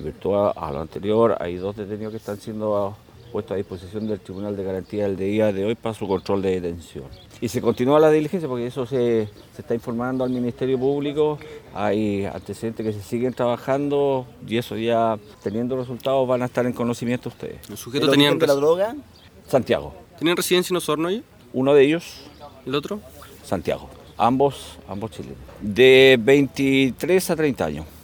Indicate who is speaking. Speaker 1: virtud a lo anterior, hay dos detenidos que están siendo puestos a disposición del Tribunal de Garantía el día de hoy para su control de detención. Y se continúa la diligencia porque eso se, se está informando al Ministerio Público, hay antecedentes que se siguen trabajando y eso ya teniendo resultados van a estar en conocimiento ustedes.
Speaker 2: ¿Los
Speaker 3: ¿El
Speaker 2: sujetos
Speaker 3: origen
Speaker 2: tenían,
Speaker 3: de la
Speaker 2: res-
Speaker 3: droga?
Speaker 1: Santiago,
Speaker 2: tenían residencia en Osorno ellos?
Speaker 1: uno de ellos,
Speaker 2: ¿El otro?
Speaker 1: Santiago, ambos, ambos chilenos, de 23 a 30 años.